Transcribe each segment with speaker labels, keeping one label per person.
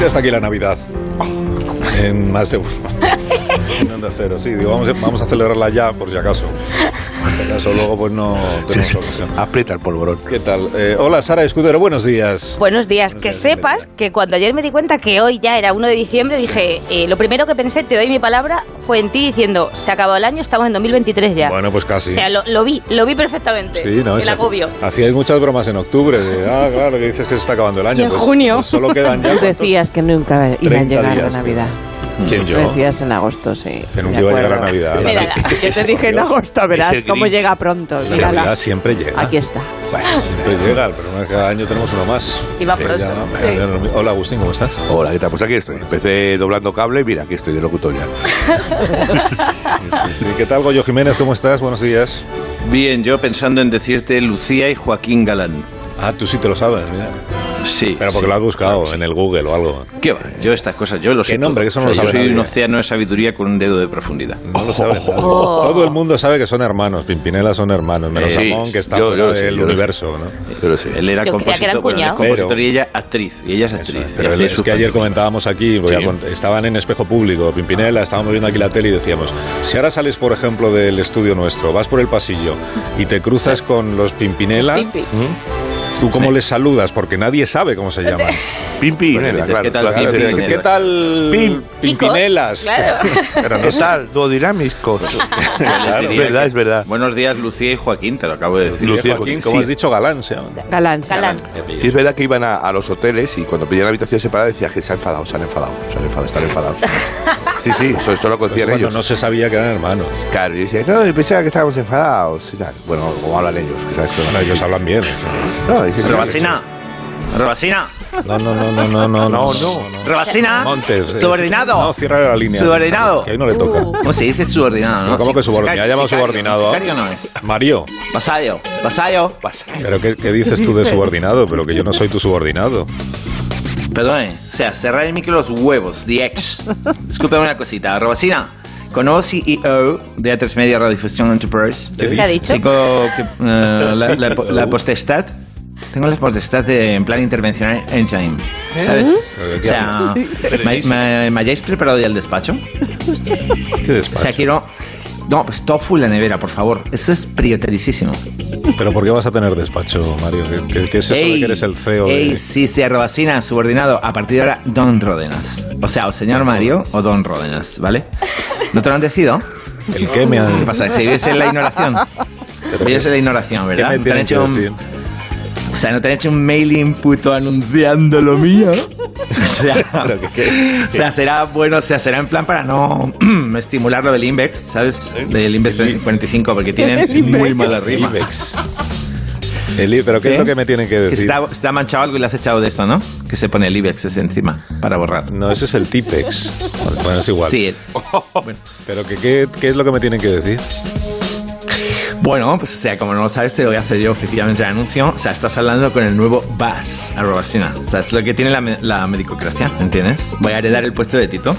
Speaker 1: Ya está aquí la Navidad. En más de uno. En Onda Cero, sí. Digo, vamos, a- vamos a celebrarla ya, por si acaso. Por si acaso luego pues no tenemos ocasión.
Speaker 2: Aprieta el polvorón.
Speaker 1: ¿Qué tal? Eh, hola, Sara Escudero, buenos días.
Speaker 3: Buenos días.
Speaker 1: Buenos
Speaker 3: Que
Speaker 1: días,
Speaker 3: sepas
Speaker 1: bienvenida.
Speaker 3: que cuando ayer me di cuenta que hoy ya era 1 de diciembre, dije, eh, lo primero que pensé, te doy mi palabra, fue en ti diciendo, se acabó el año, estamos en 2023 ya.
Speaker 1: Bueno, pues casi.
Speaker 3: O sea, lo, lo vi, lo vi perfectamente.
Speaker 1: Sí, no,
Speaker 3: el
Speaker 1: es que hace-
Speaker 3: agobio.
Speaker 1: Hacíais muchas bromas en octubre. de, ah, claro, que dices que se está acabando el año.
Speaker 3: Y en
Speaker 1: pues,
Speaker 3: junio.
Speaker 1: pues solo quedan ya.
Speaker 4: Tú
Speaker 1: ¿cuántos?
Speaker 4: decías que nunca iba a
Speaker 1: 30
Speaker 4: llegar
Speaker 1: días,
Speaker 4: la Navidad.
Speaker 1: ¿Quién yo?
Speaker 4: Lo decías en agosto, sí.
Speaker 1: Que nunca
Speaker 4: me
Speaker 1: iba a llegar
Speaker 4: acuerdo.
Speaker 1: la Navidad. La
Speaker 3: Mira,
Speaker 1: Navidad-
Speaker 4: Yo te dije en agosto, verás
Speaker 2: Ese
Speaker 4: cómo
Speaker 2: Grinch.
Speaker 4: llega pronto.
Speaker 1: la
Speaker 4: Mírala.
Speaker 1: Navidad siempre llega.
Speaker 4: Aquí está.
Speaker 2: Bueno,
Speaker 1: Siempre llega, el problema es que cada año tenemos uno más.
Speaker 3: Y va
Speaker 1: Sí,
Speaker 3: pronto.
Speaker 1: ya, ya, hola, Agustín, ¿cómo estás?
Speaker 2: Hola, ¿qué tal? Pues aquí estoy. Empecé doblando cable y mira, aquí estoy de locutor ya.
Speaker 1: Sí, sí, sí. ¿Qué tal, Goyo Jiménez? ¿Cómo estás? Buenos días.
Speaker 5: Bien, yo pensando en decirte Lucía y Joaquín Galán.
Speaker 1: Ah, tú sí te lo sabes, mira.
Speaker 5: Sí.
Speaker 1: Pero porque
Speaker 5: sí.
Speaker 1: lo has buscado en el Google o algo.
Speaker 5: ¿Qué va? Yo estas cosas, yo lo
Speaker 1: ¿Qué
Speaker 5: sé.
Speaker 1: nombre?
Speaker 5: todo.
Speaker 1: Que eso no lo
Speaker 5: O sea, yo
Speaker 1: sabe
Speaker 5: soy un
Speaker 1: nadie.
Speaker 5: océano de sabiduría con un dedo de profundidad.
Speaker 1: No lo sabe nadie.
Speaker 3: Oh.
Speaker 1: Todo el mundo sabe que son hermanos. Pimpinela son hermanos. Menos
Speaker 2: Eh, sí,
Speaker 1: Ramón, que está
Speaker 2: yo-
Speaker 1: fuera
Speaker 2: yo lo sé,
Speaker 1: del
Speaker 2: yo lo sé.
Speaker 1: universo. ¿no?
Speaker 2: Pero sí.
Speaker 5: Él
Speaker 3: Yo creía que
Speaker 5: era
Speaker 3: eran
Speaker 5: compositor, bueno, él es
Speaker 3: cuñados.
Speaker 5: compositor y ella actriz. Y ella es actriz. y
Speaker 1: Pero
Speaker 5: hace
Speaker 1: es
Speaker 5: sus
Speaker 1: que ayer
Speaker 5: canciones.
Speaker 1: comentábamos aquí, voy a
Speaker 2: Sí.
Speaker 1: cont- estaban en espejo público, Pimpinela, estábamos viendo aquí la tele y decíamos, si ahora sales, por ejemplo, del estudio nuestro, vas por el pasillo y te cruzas con los Pimpinela,
Speaker 3: Pimpi.
Speaker 1: ¿tú cómo les saludas? Porque nadie sabe cómo se llaman.
Speaker 2: Pimpi.
Speaker 1: Ponele,
Speaker 2: claro,
Speaker 5: ¿qué tal,
Speaker 2: claro,
Speaker 5: Pimpi?
Speaker 2: claro,
Speaker 1: Claro,
Speaker 2: claro.
Speaker 1: Pues ¿Qué tal,
Speaker 2: Pim-
Speaker 3: Chicos,
Speaker 1: Pimpinelas?
Speaker 3: claro.
Speaker 1: Pero no
Speaker 2: ¿Qué
Speaker 1: sabe.
Speaker 2: tal? Duodinámicos.
Speaker 5: Yo les
Speaker 2: es
Speaker 5: diría
Speaker 2: verdad,
Speaker 5: que-
Speaker 2: es verdad.
Speaker 5: Buenos días, Lucía y Joaquín, te lo acabo de decir.
Speaker 2: Lucía,
Speaker 1: Joaquín, como
Speaker 2: sí.
Speaker 1: has dicho, galán se llama.
Speaker 4: Galán. sí.
Speaker 3: Galán.
Speaker 2: Sí, es verdad que iban a, a los hoteles y cuando pedían la habitación separada decían que se han enfadado, se han enfadado, se han enfadado, están enfadados. Sí, sí, eso, eso lo
Speaker 1: Entonces,
Speaker 2: conocían
Speaker 1: cuando
Speaker 2: ellos.
Speaker 1: no se sabía que eran hermanos.
Speaker 2: Claro, y decían, no, yo pensaba que estábamos enfadados y tal. Bueno, como hablan ellos, que sabes que
Speaker 1: Bueno, ellos hablan bien. o sea.
Speaker 2: No, dicen,
Speaker 5: Rebasina. Rebasina.
Speaker 1: No, no, no, no, no,
Speaker 2: No,
Speaker 1: no,
Speaker 2: no.
Speaker 5: Rebasina.
Speaker 1: Montes. eh,
Speaker 5: Subordinado.
Speaker 1: No, cierra la línea.
Speaker 5: Subordinado.
Speaker 1: Que ahí no le toca.
Speaker 3: Uh.
Speaker 5: ¿Cómo se dice subordinado? Ah, no?
Speaker 1: ¿Cómo que subordinado?
Speaker 5: Sicario,
Speaker 1: Ya hemos
Speaker 5: sicario,
Speaker 1: subordinado.
Speaker 5: Sicario no es.
Speaker 1: Mario,
Speaker 5: Vasallo. Vasallo. Vasallo.
Speaker 1: ¿pero qué, qué dices tú de subordinado? Pero que yo no soy tu subordinado.
Speaker 5: Perdón, eh. o sea, cerrar el micro los huevos, the ex. Discúlpeme una cosita, Robacina. Con nuevo CEO de A3 Media Radiodifusión Enterprise.
Speaker 3: ¿Qué ha dicho?
Speaker 5: Tengo que, eh, la, la, la potestad. Tengo la potestad de, en plan intervencional Engine. ¿Sabes?
Speaker 1: ¿Eh?
Speaker 5: O sea, ¿me, me, me hayáis preparado ya el despacho?
Speaker 1: Qué
Speaker 5: O sea,
Speaker 1: despacho.
Speaker 5: quiero. No, pues todo full la nevera, por favor. Eso es prioritarísimo.
Speaker 1: ¿Pero por qué vas a tener despacho, Mario? ¿Qué, qué- qué es eso de que eres el CEO? de-
Speaker 5: Ey, sí, sí, arrobacina, subordinado. A partir de ahora, Don Rodenas. O sea, o señor Mario o Don Rodenas, ¿vale? ¿No te lo han decidido?
Speaker 1: ¿El qué me han-
Speaker 5: ¿Qué pasa? Si vives en la ignoración. Vives en la ignoración,
Speaker 1: qué
Speaker 5: ¿verdad?
Speaker 1: me
Speaker 5: ¿No te han
Speaker 1: tienen que
Speaker 5: hecho
Speaker 1: decir?
Speaker 5: un, o sea, ¿no te han hecho un mailing puto anunciando lo mío? O sea, o sea, será bueno, o sea, será en plan para no estimular lo del Invex, ¿sabes? Del Invex 45, porque tienen muy mala
Speaker 1: El
Speaker 5: rima.
Speaker 1: IBEX. El I- ¿Pero qué es
Speaker 5: ¿Sí?
Speaker 1: lo que me tienen que
Speaker 5: Que se
Speaker 1: decir?
Speaker 5: te ha- se te ha manchado algo y le has echado de eso, ¿no? Que se pone el IBEX ese encima para borrar.
Speaker 1: No, ese es el TIPEX. Bueno, es igual.
Speaker 5: Sí.
Speaker 1: ¿Pero que, qué, qué es lo que me tienen que decir?
Speaker 5: Bueno, pues o sea, como no lo sabes, te lo voy a hacer yo oficialmente el anuncio. O sea, estás hablando con el nuevo Buzz, arroba Sina. O sea, es lo que tiene la, me- la medicocracia, ¿entiendes? Voy a heredar el puesto de Tito.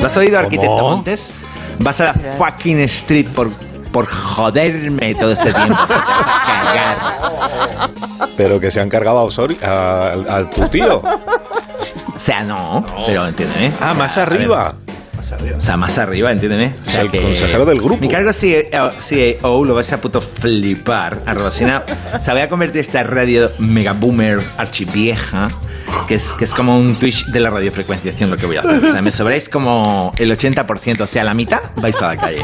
Speaker 5: ¿Lo has oído, arquitecto Montes? Vas a la fucking street por, por joderme todo este tiempo. O sea, te vas a cagar.
Speaker 1: Pero que se han cargado a Osorio, a, a- a tu tío.
Speaker 5: O sea, no, pero entiéndeme. O sea,
Speaker 1: Ah, más
Speaker 5: a ver,
Speaker 1: arriba.
Speaker 5: O sea, más arriba, entiéndeme. O
Speaker 1: sea, el consejero del grupo.
Speaker 5: Mi cargo E CEO, CEO lo vais a puto flipar. Arrobacina. O sea, voy a convertir esta radio mega boomer archivieja, que es, que es como un Twitch de la radiofrecuenciación lo que voy a hacer. O sea, me sobráis como el 80%, o sea, la mitad vais a la calle.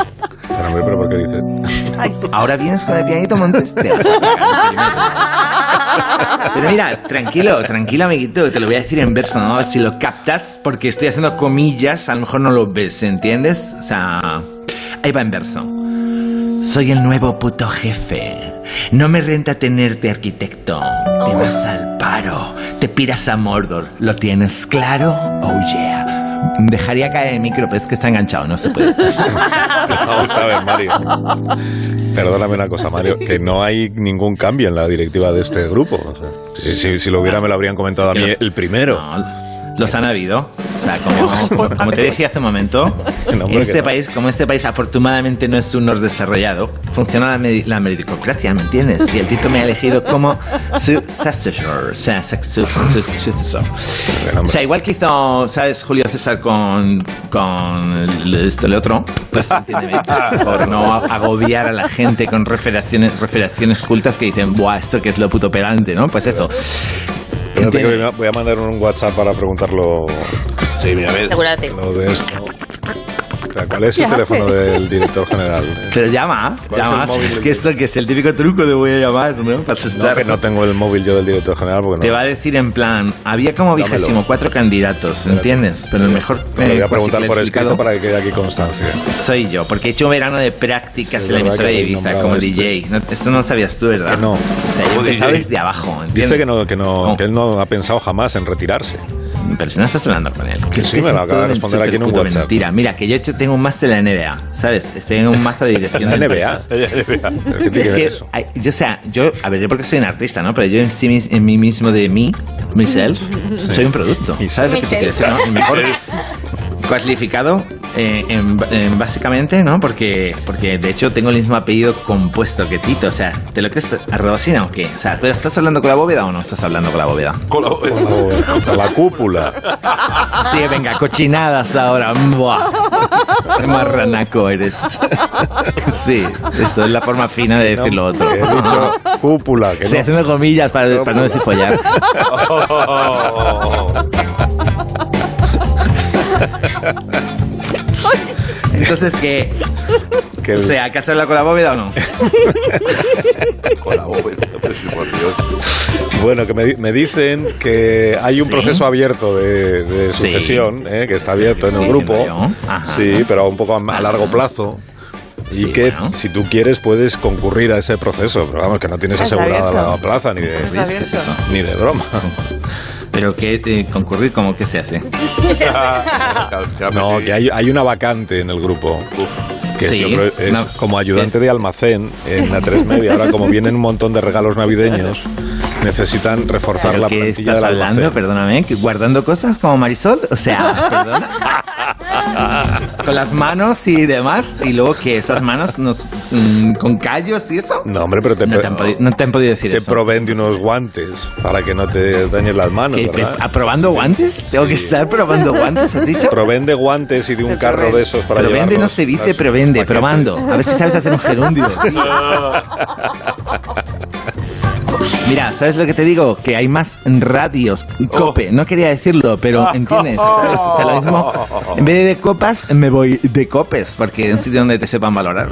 Speaker 1: Pero, hombre, pero ¿por qué dice?
Speaker 5: Ahora vienes con el pianito Montes, te vas a cagar. Pero mira, tranquilo, tranquilo, amiguito, te lo voy a decir en verso, ¿no? A ver si lo captas, porque estoy haciendo comillas, a lo mejor no lo ves, ¿entiendes? O sea, ahí va en verso. Soy el nuevo puto jefe. No me renta tenerte arquitecto. Te vas al paro. Te piras a Mordor. ¿Lo tienes claro? Oh yeah. Dejaría caer el micro, pero es que está enganchado, no se puede.
Speaker 1: Vamos a ver, Mario. Perdóname una cosa, Mario, que no hay ningún cambio en la directiva de este grupo. O sea, si, si- si lo hubiera, me lo habrían comentado a mí el primero.
Speaker 5: No, los han habido. O sea, como, como- como te decía hace un momento,
Speaker 1: No, hombre, que
Speaker 5: este
Speaker 1: no.
Speaker 5: país, como este país afortunadamente no es un nor desarrollado, funciona la, medi- la meritocracia, ¿me entiendes? Y el Tito me ha elegido como su successor. O sea, su- su- su- successor.
Speaker 1: Bueno,
Speaker 5: O
Speaker 1: hombre.
Speaker 5: sea, igual que hizo, ¿sabes? Julio César con, con el, esto, el otro, pues entiéndeme, por no agobiar a la gente con referaciones, referaciones cultas que dicen, buah, esto que es lo puto pedante, ¿no? Pues eso.
Speaker 1: Espérate que
Speaker 5: Entiéndeme.
Speaker 1: voy a- voy a mandar un WhatsApp para preguntarlo
Speaker 2: Sí, mira, ves.
Speaker 3: Asegúrate.
Speaker 1: lo de este esto. O sea, ¿Cuál es el
Speaker 4: ¿Qué
Speaker 1: teléfono
Speaker 4: hace?
Speaker 1: del director general?
Speaker 5: Pero llama,
Speaker 1: ¿Cuál es
Speaker 5: llama.
Speaker 1: el móvil
Speaker 5: Es
Speaker 1: del
Speaker 5: que esto que es el típico truco de voy a llamar, ¿no? Para
Speaker 1: No,
Speaker 5: asustar.
Speaker 1: que no tengo el móvil yo del director general porque no.
Speaker 5: Te va a decir en plan, había como
Speaker 1: Dámelo.
Speaker 5: 24 cuatro candidatos, ¿entiendes? Pero el mejor
Speaker 1: Te lo voy
Speaker 5: eh,
Speaker 1: a preguntar por escrito
Speaker 5: clasificado
Speaker 1: para que quede aquí constancia.
Speaker 5: soy yo, porque he hecho un verano de prácticas
Speaker 1: Sí,
Speaker 5: en la
Speaker 1: es verdad
Speaker 5: emisora
Speaker 1: que
Speaker 5: de
Speaker 1: habéis
Speaker 5: Ibiza
Speaker 1: nombrado
Speaker 5: como
Speaker 1: este.
Speaker 5: DJ. No, esto no lo sabías tú, ¿verdad?
Speaker 1: Que no.
Speaker 5: O sea, yo he
Speaker 2: Como
Speaker 5: empezado
Speaker 2: DJ.
Speaker 5: desde abajo, ¿entiendes?
Speaker 1: Dice que no, que no,
Speaker 5: No.
Speaker 1: que él no ha pensado jamás en retirarse.
Speaker 5: Pero si no estás hablando con él.
Speaker 1: Que
Speaker 5: es
Speaker 1: sí, me lo
Speaker 5: es
Speaker 1: acaba de
Speaker 5: todo
Speaker 1: responder
Speaker 5: súper
Speaker 1: aquí en un
Speaker 5: puto
Speaker 1: WhatsApp.
Speaker 5: Mentira, mira, que yo he hecho, tengo un máster en la NBA, ¿sabes? Estoy en un mazo de dirección
Speaker 1: La
Speaker 5: de
Speaker 1: NBA.
Speaker 5: empresas. Es
Speaker 1: ¿Qué tiene que ver
Speaker 5: que,
Speaker 1: eso?
Speaker 5: ay, yo, o sea, yo, a ver, yo porque soy un artista, ¿no? Pero yo en, sí, mis- en mí mismo de mí, myself, soy un producto.
Speaker 1: Y
Speaker 5: ¿Sabes lo que te quiero
Speaker 3: Myself.
Speaker 5: decir, no? El mejor cualificado, eh, en- en básicamente, ¿no? Porque, porque de hecho tengo el mismo apellido compuesto que Tito. O sea, ¿te lo crees arrobacina o qué? O sea, ¿pero estás hablando con la bóveda o no estás hablando con la bóveda?
Speaker 1: Con la- con la cúpula.
Speaker 5: Sí, venga, cochinadas ahora. Buah. Qué marranaco eres. Sí, eso es la forma fina de decir lo otro.
Speaker 1: He dicho cúpula, que
Speaker 5: Estoy
Speaker 1: no.
Speaker 5: haciendo comillas para, para no decir follar.
Speaker 1: Oh.
Speaker 5: Entonces, ¿qué? O
Speaker 1: Que el-
Speaker 5: sea, ¿hay que hacerla con la bóveda o no?
Speaker 2: Con la bóveda, pero sí, por Dios.
Speaker 1: Bueno, que me, di- me dicen que hay un
Speaker 5: Sí.
Speaker 1: proceso abierto de, de
Speaker 5: Sí.
Speaker 1: sucesión, ¿eh? que está abierto en el
Speaker 5: Sí,
Speaker 1: grupo,
Speaker 5: siendo yo. Ajá.
Speaker 1: sí, pero un poco a, a largo
Speaker 5: Ajá.
Speaker 1: plazo. Y
Speaker 5: Sí,
Speaker 1: que
Speaker 5: bueno.
Speaker 1: si tú quieres puedes concurrir a ese proceso, pero vamos, que no tienes
Speaker 4: Ah, está
Speaker 1: asegurada
Speaker 4: abierto.
Speaker 1: la plaza ni de,
Speaker 4: Está abierto.
Speaker 5: ¿Qué es eso?
Speaker 1: ni de broma.
Speaker 5: Pero que eh, concurrir como que se hace.
Speaker 2: Claro, claro,
Speaker 1: No,
Speaker 2: sí.
Speaker 1: que hay, hay una vacante en el grupo. Que
Speaker 5: Sí,
Speaker 1: siempre es
Speaker 5: no,
Speaker 1: como ayudante
Speaker 5: es-
Speaker 1: de almacén en la 3 media. Ahora, como vienen un montón de regalos navideños, necesitan reforzar
Speaker 5: ¿Pero
Speaker 1: la
Speaker 5: qué
Speaker 1: plantilla
Speaker 5: estás
Speaker 1: del
Speaker 5: hablando?
Speaker 1: almacén.
Speaker 5: Perdóname, ¿que ¿guardando cosas como Marisol? O sea, perdona. Con las manos y demás, y luego que esas manos nos, mm, con callos y eso.
Speaker 1: No, hombre, pero te,
Speaker 5: No te han, podi- no te han podido decir
Speaker 1: te
Speaker 5: eso.
Speaker 1: proveen de unos guantes para que no te dañes las manos,
Speaker 5: ¿Qué, pe-
Speaker 1: ¿verdad?
Speaker 5: ¿Aprobando guantes? ¿Tengo que
Speaker 1: Sí.
Speaker 5: estar probando guantes, has dicho?
Speaker 1: Proveen de guantes y de un
Speaker 4: Te
Speaker 1: carro
Speaker 4: proveen.
Speaker 1: de esos para llevar
Speaker 5: Provende no
Speaker 1: los-
Speaker 5: se dice
Speaker 1: las-
Speaker 5: provende,
Speaker 1: paquetes.
Speaker 5: probando. A ver si sabes hacer un gerundio. Mira, ¿sabes lo que te digo? Que hay más radios.
Speaker 1: Oh.
Speaker 5: Cope, no quería decirlo, pero entiendes. ¿Sabes? O sea, lo mismo. En vez de copas, me voy de copes, porque es un sitio donde te sepan valorar.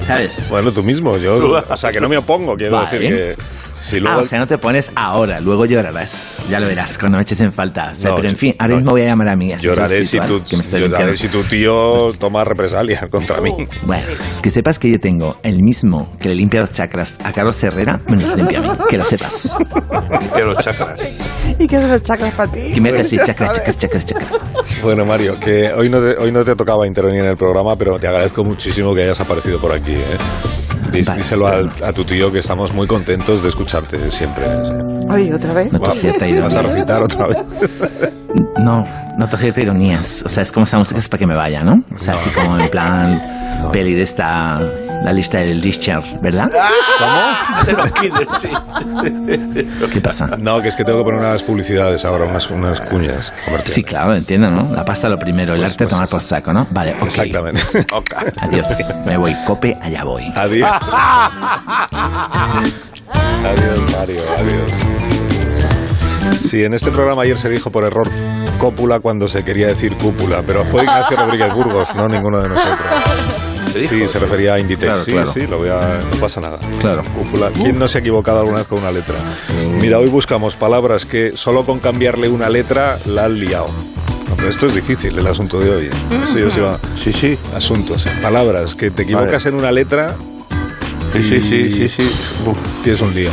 Speaker 5: ¿Sabes?
Speaker 1: Bueno, tú mismo, yo. O sea, que no me opongo, quiero
Speaker 5: Vale.
Speaker 1: decir que. Si
Speaker 5: Ah,
Speaker 1: luego,
Speaker 5: o sea, no te pones ahora, luego llorarás. Ya lo verás, cuando me eches en falta. O sea,
Speaker 1: No,
Speaker 5: pero en
Speaker 1: yo-
Speaker 5: fin, ahora
Speaker 1: no,
Speaker 5: mismo voy a llamar a mi asesor
Speaker 1: lloraré, si
Speaker 5: espiritual,
Speaker 1: tu,
Speaker 5: que me estoy
Speaker 1: lloraré
Speaker 5: limpiando.
Speaker 1: si tu tío toma represalias contra mí.
Speaker 5: Bueno, es que sepas que yo tengo el mismo que le limpia los chakras a Carlos Herrera, me los limpia a mí. Que lo sepas.
Speaker 2: Limpia los chakras.
Speaker 4: ¿Y qué son los chakras para ti?
Speaker 5: Que me hace así, chakra, chakra, chakra, chakra.
Speaker 1: Bueno, Mario, que hoy no, te, hoy no te tocaba intervenir en el programa, pero te agradezco muchísimo que hayas aparecido por aquí. ¿eh? Dí-
Speaker 5: Vale,
Speaker 1: díselo al-
Speaker 5: bueno.
Speaker 1: a tu tío que estamos muy contentos de escucharte siempre. ¿sí?
Speaker 4: Oye, ¿otra vez?
Speaker 5: No te sienta
Speaker 1: Vas a
Speaker 5: ironías.
Speaker 1: recitar otra vez.
Speaker 5: No, no te sienta ironías. O sea, es como esa música es para que me vaya, ¿no? O sea, así como en plan
Speaker 1: No.
Speaker 5: peli de esta. La lista del Richard, ¿verdad? ¿Qué pasa?
Speaker 1: No, que es que tengo que poner unas publicidades ahora, unas, unas cuñas comerciales. Pues,
Speaker 5: Sí, claro, entiendo, ¿no? La pasta lo primero, el arte a tomar por saco, ¿no? Vale, ok.
Speaker 1: Exactamente.
Speaker 5: Adiós. Me voy, cope, allá voy.
Speaker 1: Adiós. adiós, Mario. Adiós. Sí, en este programa ayer se dijo por error cópula cuando se quería decir cúpula, pero fue Ignacio Rodríguez Burgos, no ninguno de nosotros. Sí, se refería a Inditex.
Speaker 5: Claro,
Speaker 1: sí,
Speaker 5: claro.
Speaker 1: sí, lo voy a- no pasa nada.
Speaker 5: Claro.
Speaker 1: Cúpula. ¿Quién no se ha equivocado alguna vez con una letra? Mira, hoy buscamos palabras que solo con cambiarle una letra la han liado. Hombre, esto es difícil, el asunto de hoy. ¿eh? Sí, sí, va.
Speaker 2: Sí, sí.
Speaker 1: Asuntos, palabras que te equivocas en una letra
Speaker 2: Sí, sí, sí, sí, sí. Uf.
Speaker 1: tienes un lío.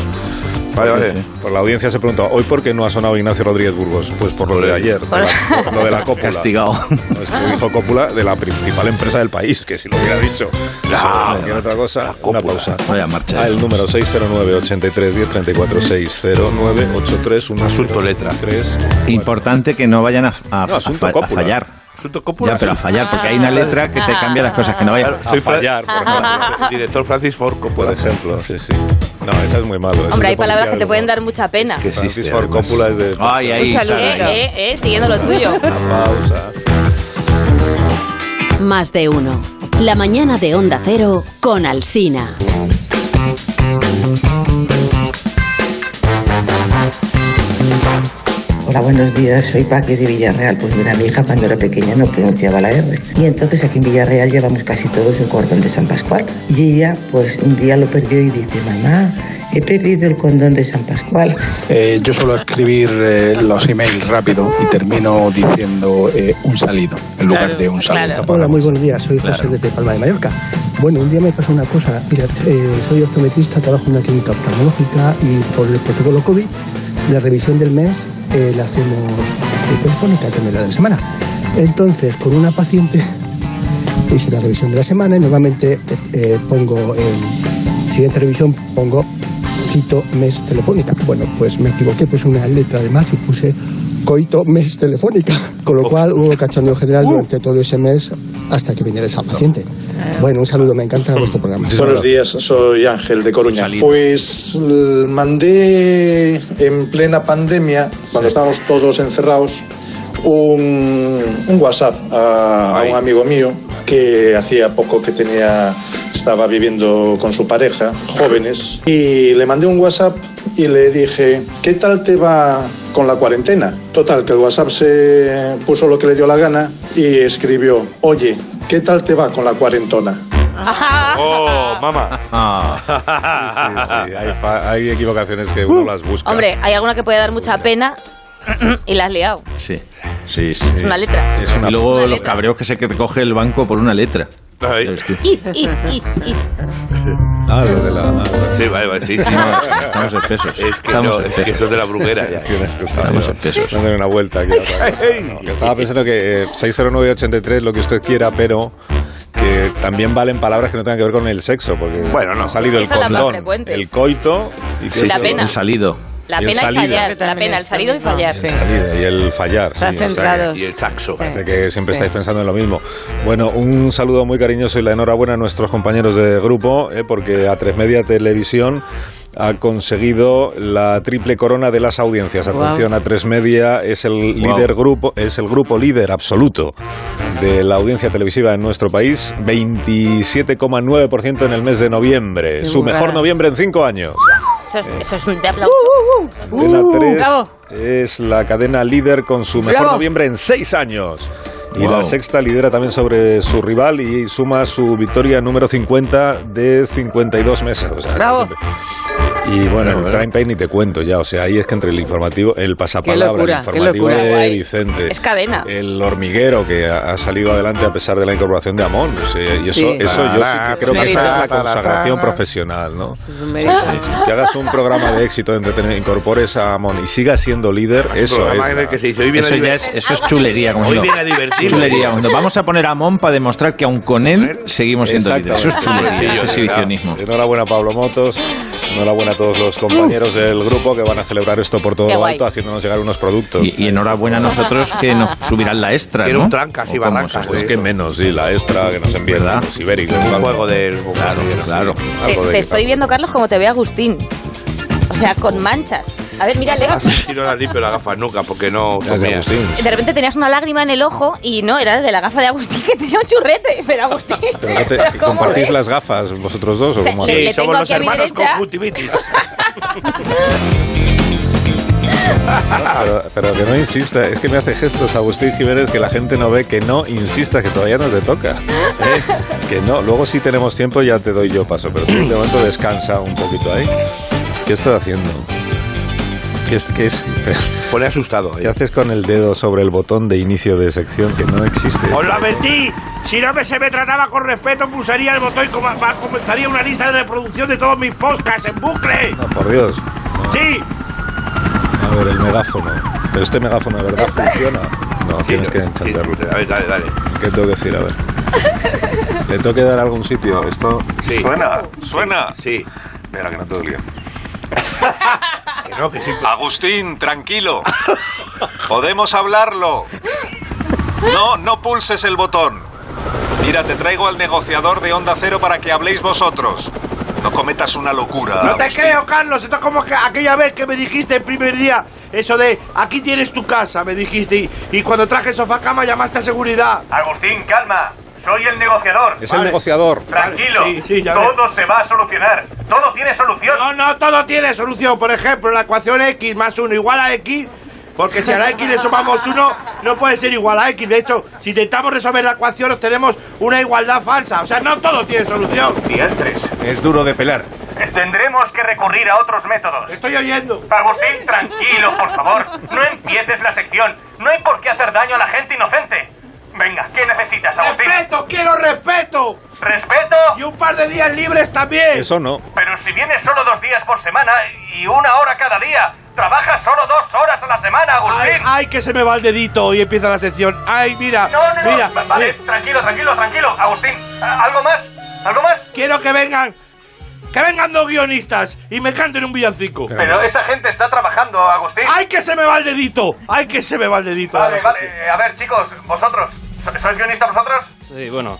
Speaker 2: Vale, vale.
Speaker 1: Por la audiencia se pregunta, ¿hoy por qué no ha sonado Ignacio Rodríguez Burgos? Pues por lo de ayer, por la- por lo de la cópula.
Speaker 5: Castigado.
Speaker 1: No, es que lo dijo Cópula de la principal empresa del país, que si lo hubiera dicho sobre cualquier otra cosa, una pausa.
Speaker 5: Vaya marcha.
Speaker 1: Ah, el número 609 83 10 34 609 83 1
Speaker 2: Asunto letra.
Speaker 1: 3
Speaker 5: Importante que no vayan a, a-
Speaker 1: No, asunto
Speaker 5: a fa- a
Speaker 1: cópula.
Speaker 5: fallar.
Speaker 2: Asunto cópula.
Speaker 5: Ya, pero a fallar, porque hay una letra que te cambia las cosas, que no vayan.
Speaker 2: Claro, soy Fra-
Speaker 1: fallar, por ejemplo.
Speaker 2: Director Francis Ford
Speaker 1: por
Speaker 2: Coppola.
Speaker 1: ejemplo. Sí, sí. No, esa es muy malo. eso
Speaker 3: Hombre,
Speaker 1: es
Speaker 3: hay
Speaker 1: de
Speaker 3: palabras
Speaker 1: policía
Speaker 3: que te
Speaker 1: del
Speaker 3: pueden
Speaker 1: humor.
Speaker 3: dar mucha pena.
Speaker 2: Es que sí.
Speaker 1: Francis
Speaker 2: existe,
Speaker 1: Ford
Speaker 2: además.
Speaker 1: Coppola es de...
Speaker 5: Ay, ahí,
Speaker 3: Un saludo.
Speaker 5: Sara.
Speaker 3: Eh, eh, eh, siguiendo lo tuyo.
Speaker 1: Pausa.
Speaker 6: Más de uno. La mañana de Onda Cero con Alsina.
Speaker 7: Hola, buenos días. Soy Paqui de Villarreal. Pues mira, mi hija cuando era pequeña no pronunciaba la R. Y entonces aquí en Villarreal llevamos casi todos el cordón de San Pascual. Y ella, pues un día lo perdió y dice, mamá, he perdido el cordón de San Pascual.
Speaker 8: Eh, yo suelo escribir eh, los emails rápido y termino diciendo eh, un salido en lugar
Speaker 5: Claro,
Speaker 8: de un saludo.
Speaker 3: claro.
Speaker 9: Hola, muy buenos días. Soy José
Speaker 5: Claro.
Speaker 9: desde Palma de Mallorca. Bueno, un día me pasó una cosa. Mira, eh, soy optometrista, trabajo en una clínica oftalmológica y por el protocolo COVID, la revisión del mes eh, la hacemos eh, telefónica también la de la semana. Entonces, con una paciente hice la revisión de la semana y normalmente eh, eh, pongo en siguiente revisión pongo cito mes telefónica. Bueno, pues me equivoqué, puse una letra de más y puse coito mes telefónica, con
Speaker 8: Oh.
Speaker 9: lo cual hubo cachondeo general
Speaker 8: Uh.
Speaker 9: durante todo ese mes hasta que viniera esa paciente. Bueno, un saludo, me encanta vuestro programa.
Speaker 8: Buenos días, soy Ángel de Coruña. Pues l- mandé en plena pandemia, cuando estábamos todos encerrados, un, un WhatsApp a, a un amigo mío que hacía poco que tenía estaba viviendo con su pareja, jóvenes, y le mandé un WhatsApp y le dije, ¿qué tal te va con la cuarentena? Total, que el WhatsApp se puso lo que le dio la gana y escribió, oye, ¿qué tal te va con la cuarentona?
Speaker 2: Oh, mamá.
Speaker 5: Ah,
Speaker 1: Sí, sí, hay, fa- hay equivocaciones que uno las busca.
Speaker 3: Uh. Hombre, hay alguna que puede dar mucha pena y la has liado.
Speaker 5: sí. Sí, sí.
Speaker 3: Es una letra.
Speaker 1: es una
Speaker 5: Y luego
Speaker 3: Una
Speaker 5: los
Speaker 3: letra.
Speaker 5: cabreos que se que te coge el banco por una letra.
Speaker 2: Ahí.
Speaker 5: Ya ves tú.
Speaker 3: It, it, it, it.
Speaker 1: Ah, lo de la.
Speaker 2: Sí, vale, vale, sí, sí.
Speaker 5: No, estamos espesos.
Speaker 2: Es que, no,
Speaker 5: estamos
Speaker 2: es que eso es de la bruguera. ya.
Speaker 5: Estamos
Speaker 1: Estamos
Speaker 5: espesos.
Speaker 1: Dándole una vuelta aquí a otra cosa, ¿no? Que Estaba pensando que eh, 60983, lo que usted quiera, pero que también valen palabras que no tengan que ver con el sexo, porque
Speaker 2: Bueno, no.
Speaker 1: ha salido el
Speaker 3: Esa es la más
Speaker 1: condón,
Speaker 3: frecuente.
Speaker 1: el coito y que
Speaker 3: La
Speaker 1: eso-
Speaker 3: pena.
Speaker 5: El salido.
Speaker 3: La
Speaker 1: Y el
Speaker 3: pena es
Speaker 1: salida.
Speaker 3: fallar. La
Speaker 4: También
Speaker 3: pena, el
Speaker 4: es
Speaker 3: salido y
Speaker 4: salida.
Speaker 3: fallar.
Speaker 1: el salida y el fallar. sí, o
Speaker 4: Están
Speaker 1: sea,
Speaker 4: centrados.
Speaker 2: Y el saxo.
Speaker 1: Parece que siempre estáis pensando en lo mismo. Bueno, un saludo muy cariñoso y la enhorabuena a nuestros compañeros de grupo, eh, porque a Tres Media Televisión ha conseguido la triple corona de las audiencias. Atención, a Tres Media es el
Speaker 5: Guau.
Speaker 1: líder grupo, es el grupo líder absoluto de la audiencia televisiva en nuestro país, 27,9% en el mes de noviembre,
Speaker 4: Qué
Speaker 1: su
Speaker 4: burrada.
Speaker 1: mejor noviembre en cinco años.
Speaker 3: Eso, es, eso es un de aplauso.
Speaker 1: Antena
Speaker 4: Uh,
Speaker 1: 3
Speaker 4: bravo.
Speaker 1: es la cadena líder con su mejor
Speaker 4: Bravo.
Speaker 1: noviembre en seis años. Y
Speaker 5: Wow.
Speaker 1: la sexta lidera también sobre su rival y suma su victoria número 50 de 52 meses. O sea,
Speaker 4: Bravo.
Speaker 1: Y bueno, el Prime Pay ni te cuento ya. O sea, ahí es que entre el informativo, el pasapalabra,
Speaker 4: locura,
Speaker 1: el
Speaker 4: qué
Speaker 1: informativo
Speaker 4: locura.
Speaker 1: de
Speaker 3: Guay.
Speaker 1: Vicente.
Speaker 3: Es cadena.
Speaker 1: El hormiguero que ha ha salido adelante a pesar de la incorporación de Amón. O sea, y eso,
Speaker 4: Sí.
Speaker 1: eso yo sí que creo que
Speaker 4: Mérito.
Speaker 1: esa es la consagración profesional, ¿no?
Speaker 4: Eso es un mérito.
Speaker 1: Que hagas un programa de éxito de entretenimiento, incorpores a Amon y sigas siendo líder,
Speaker 2: Eso
Speaker 1: eso es.
Speaker 2: programa en el
Speaker 1: la-
Speaker 2: que se dice hoy viene
Speaker 5: Eso
Speaker 2: a
Speaker 5: ya
Speaker 2: diver-
Speaker 5: es, eso es chulería. como
Speaker 2: Hoy
Speaker 5: digo.
Speaker 2: viene a divertirse.
Speaker 5: Chulería. como digo. Vamos a poner a Mon para demostrar que aun con él seguimos siendo líderes. Eso es chulería. Eso es exhibicionismo.
Speaker 1: Enhorabuena Pablo Motos, enhorabuena a todos los compañeros
Speaker 2: Uh.
Speaker 1: del grupo que van a celebrar esto por todo
Speaker 3: Qué
Speaker 1: lo
Speaker 3: guay.
Speaker 1: alto, haciéndonos llegar unos productos.
Speaker 5: Y, y enhorabuena a nosotros que nos subirán la extra.
Speaker 2: Quiero
Speaker 5: ¿no?
Speaker 2: un trancas y
Speaker 5: ¿O cómo
Speaker 2: barrancas,
Speaker 5: se hace?
Speaker 1: Pues que menos, sí, la extra que nos envían
Speaker 5: ¿Verdad?
Speaker 1: los ibéricos.
Speaker 2: un
Speaker 1: algo.
Speaker 2: juego del
Speaker 5: Claro, claro.
Speaker 3: Te,
Speaker 1: Algo de
Speaker 3: te
Speaker 1: que
Speaker 3: estoy
Speaker 1: tal.
Speaker 3: viendo, Carlos, como te ve Agustín. O sea, con manchas. A ver, mírale.
Speaker 2: Si Ah, no la limpio las gafas nunca, porque no
Speaker 1: Gracias,
Speaker 2: somea.
Speaker 1: Agustín.
Speaker 3: De repente tenías una lágrima en el ojo y no, era de la gafa de Agustín que tenía un churrete. Pero Agustín.
Speaker 1: Pero no te-
Speaker 3: ¿pero cómo
Speaker 1: ¿Compartís
Speaker 3: ves?
Speaker 1: las gafas vosotros dos o cómo
Speaker 3: Le-
Speaker 2: Sí,
Speaker 1: hacéis?
Speaker 3: le tengo
Speaker 2: somos los
Speaker 3: aquí a mi
Speaker 2: hermanos
Speaker 3: derecha.
Speaker 2: con Cutivitis.
Speaker 1: Pero, pero que no insista, es que me hace gestos Agustín Jiménez que la gente no ve, que no insista, que todavía no te toca. ¿eh? Que no, luego si tenemos tiempo ya te doy yo paso, pero tú de momento descansa un poquito ahí. ¿Qué estás haciendo? ¿Qué, es, qué, es-
Speaker 2: Pone asustado.
Speaker 10: eh.
Speaker 1: qué haces con el dedo sobre el botón de inicio de sección que no existe?
Speaker 10: ¡Os lo advertí! Si no me se me trataba con respeto, pulsaría el botón y com- va- comenzaría una lista de reproducción de todos mis podcasts en bucle.
Speaker 1: No, por Dios.
Speaker 10: Sí.
Speaker 1: A ver, el megáfono. Pero este megáfono de verdad funciona. No, tienes que encenderlo.
Speaker 2: A ver, dale, dale.
Speaker 1: ¿Qué tengo que decir? A ver. Le tengo que dar a algún sitio. Esto.
Speaker 2: Sí.
Speaker 1: Suena,
Speaker 2: suena. Sí.
Speaker 1: Espera, que no te dolía.
Speaker 2: Que no, que sí.
Speaker 1: Agustín, tranquilo. Podemos hablarlo. No, no pulses el botón. Mira, te traigo al negociador de Onda Cero para que habléis vosotros. No cometas una locura.
Speaker 10: No te creo, Carlos. Esto es como que aquella vez que me dijiste el primer día eso de aquí tienes tu casa, me dijiste. Y, y cuando traje sofá cama llamaste a seguridad.
Speaker 11: Agustín, calma. Soy el negociador.
Speaker 1: Es el negociador.
Speaker 11: Tranquilo.
Speaker 10: Sí, sí, ya
Speaker 11: todo se va a solucionar. Todo tiene solución.
Speaker 10: No, no, todo tiene solución. Por ejemplo, la ecuación x más 1 igual a x. Porque si a la x le sumamos 1, no puede ser igual a x. De hecho, si intentamos resolver la ecuación, obtenemos una igualdad falsa. O sea, no todo tiene solución.
Speaker 11: Diantres.
Speaker 1: Es duro de pelar.
Speaker 11: Tendremos que recurrir a otros métodos.
Speaker 10: Estoy oyendo.
Speaker 11: Agustín, tranquilo, por favor. No empieces la sección. No hay por qué hacer daño a la gente inocente. Venga, ¿qué necesitas, Agustín?
Speaker 10: ¡Respeto! ¡Quiero respeto!
Speaker 11: ¿Respeto?
Speaker 10: Y un par de días libres también.
Speaker 1: Eso no.
Speaker 11: Pero si vienes solo dos días por semana y una hora cada día, trabajas solo dos horas a la semana,
Speaker 10: Ay,
Speaker 11: Agustín.
Speaker 10: ay, que se me va el dedito y empieza la sección. Ay, mira,
Speaker 11: No, no, no.
Speaker 10: mira.
Speaker 11: Va- Vale,
Speaker 10: mira.
Speaker 11: tranquilo, tranquilo, tranquilo. Agustín, ¿a- ¿algo más? ¿Algo más?
Speaker 10: Quiero que vengan, que vengan dos guionistas y me canten un villancico.
Speaker 11: Pero esa gente está trabajando, Agustín.
Speaker 10: Ay, que se me va el dedito. Ay, que se me va el dedito.
Speaker 11: Vale,
Speaker 10: Ahora sí.
Speaker 11: vale. eh, A ver, chicos, vosotros. ¿so- ¿Sois guionistas vosotros?
Speaker 12: Sí, bueno,